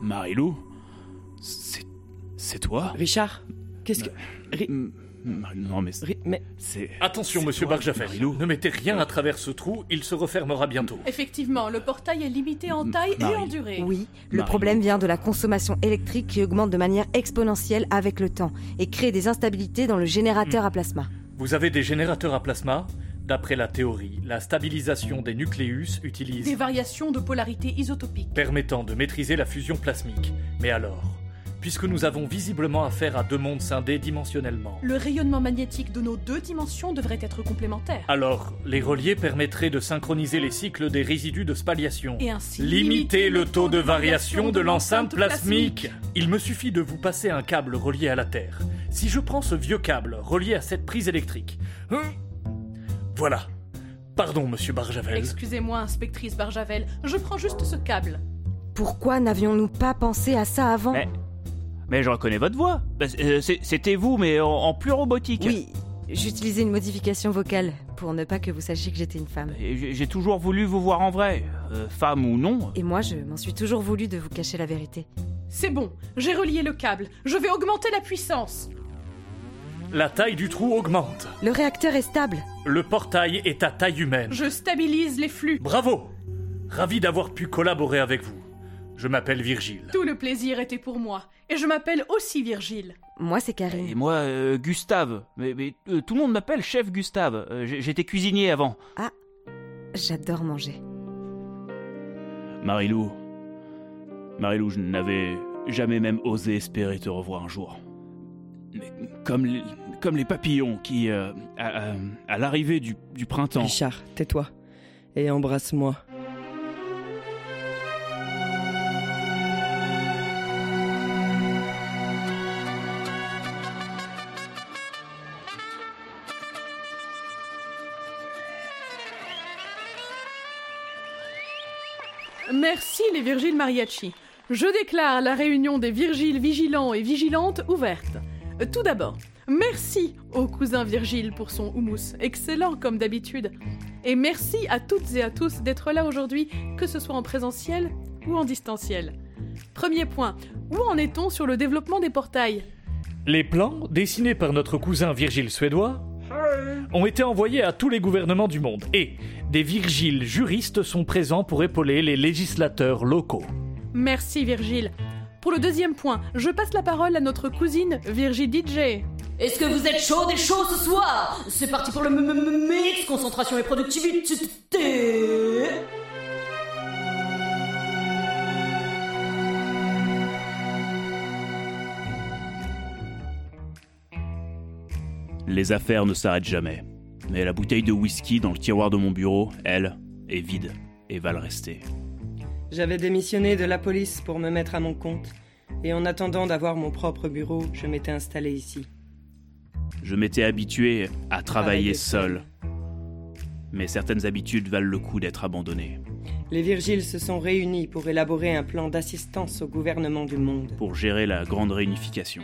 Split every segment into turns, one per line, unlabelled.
Marilou C'est. C'est toi
Richard, qu'est-ce que. Ri-
M- Marilou, Non, mais c'est-
Ri- mais
c'est.
Attention,
C'est
monsieur
toi,
Barjafel,
Marilou.
ne mettez rien à travers ce trou, il se refermera bientôt.
Effectivement, le portail est limité en
M-
taille et
Marie.
en durée.
Oui, le
Mario.
problème vient de la consommation électrique qui augmente de manière exponentielle avec le temps et crée des instabilités dans le
Hmm.
générateur à plasma.
Vous avez des générateurs à plasma D'après la théorie, la stabilisation des nucléus utilise
Des variations de polarité isotopique.
permettant de maîtriser la fusion plasmique. Mais alors, puisque nous avons visiblement affaire à deux mondes scindés dimensionnellement,
Le rayonnement magnétique de nos deux dimensions devrait être complémentaire.
alors les reliés permettraient de synchroniser les cycles des résidus de spallation.
Et ainsi.
Limiter le taux de variation de l'enceinte plasmique. Il me suffit de vous passer un câble relié à la Terre. Si je prends ce vieux câble relié à cette prise électrique. Hum Voilà. Pardon, monsieur Barjavel.
Excusez-moi, inspectrice Barjavel, je prends juste ce câble.
Pourquoi n'avions-nous pas pensé à ça avant
Mais- Mais je reconnais votre voix. Bah, c'est- euh, c'est- C'était vous, mais en, en plus robotique.
Oui, j'utilisais une modification vocale pour ne pas que vous sachiez que j'étais une femme.
Et J'ai j'ai toujours voulu vous voir en vrai, Euh, femme ou non.
Et moi, je m'en suis toujours voulu de vous cacher la vérité.
C'est bon, j'ai relié le câble, je vais augmenter la puissance.
La taille du trou augmente.
Le réacteur est stable.
Le portail est à taille humaine.
Je stabilise les flux.
Bravo Ravi d'avoir pu collaborer avec vous. Je m'appelle Virgile.
Tout le plaisir était pour moi, et je m'appelle aussi Virgile.
Moi, c'est Karine.
Et moi, euh, Gustave. Mais, mais, euh, tout le monde m'appelle chef Gustave. Euh, j'ai- J'étais cuisinier avant.
J'adore manger.
Marilou. Marilou, je n'avais jamais même osé espérer te revoir un jour. Mais comme les, comme les papillons qui, euh, à, à- à l'arrivée du, du printemps.
Richard, tais-toi et embrasse-moi.
Merci les Virgiles Mariachi. Je déclare la réunion des Virgiles vigilants et vigilantes ouverte. Euh, Tout d'abord, merci au cousin Virgile pour son houmous, excellent comme d'habitude. Et merci à toutes et à tous d'être là aujourd'hui, que ce soit en présentiel ou en distanciel. Premier point, où en est-on sur le développement des portails
Les plans, dessinés par notre cousin Virgile suédois, ont été envoyés à tous les gouvernements du monde et des Virgiles juristes sont présents pour épauler les législateurs locaux.
Merci Virgile. Pour le deuxième point, je passe la parole à notre cousine Virgile DJ.
Est-ce que vous êtes chaud des chauds ce soir C'est parti pour le m- m- m- mix concentration et productivité.
Les affaires ne s'arrêtent jamais. Mais la bouteille de whisky dans le tiroir de mon bureau, elle, est vide et va le rester.
J'avais démissionné de la police pour me mettre à mon compte. Et en attendant d'avoir mon propre bureau, je m'étais installé ici.
Je m'étais habitué à travailler
Travailler
seul. Mais certaines habitudes valent le coup d'être abandonnées.
Les Virgiles se sont réunis pour élaborer un plan d'assistance au gouvernement du monde.
Pour gérer la grande réunification.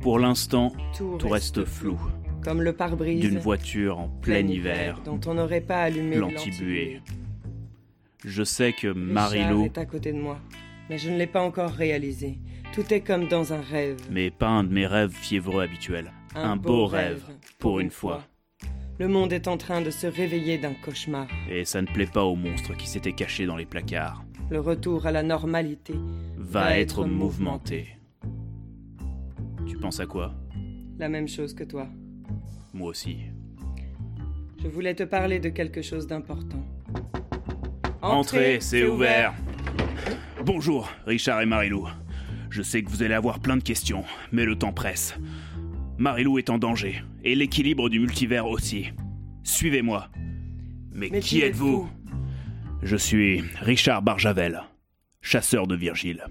Pour l'instant,
Tout,
tout reste flou.
Comme le pare-brise.
D'une voiture en plein hiver,
Dont on n'aurait pas allumé de
l'antibuée. Je sais que
Richard
Marilou,
est à côté de moi, mais je ne l'ai pas encore réalisé. Tout est comme dans un rêve.
mais pas un de mes rêves fiévreux habituels. Un beau rêve, pour une fois.
Le monde est en train de se réveiller d'un cauchemar.
Et ça ne plaît pas au monstre qui s'était caché dans les placards.
Le retour à la normalité.
va être mouvementé. Tu penses à quoi
La même chose que toi.
Moi aussi.
Je voulais te parler de quelque chose d'important.
Entrez, c'est ouvert. Bonjour, Richard et Marilou. Je sais que vous allez avoir plein de questions, mais le temps presse. Marilou est en danger, et l'équilibre du multivers aussi. Suivez-moi. Mais,
Mais
qui êtes-vous Je suis Richard Barjavel, chasseur de Virgile.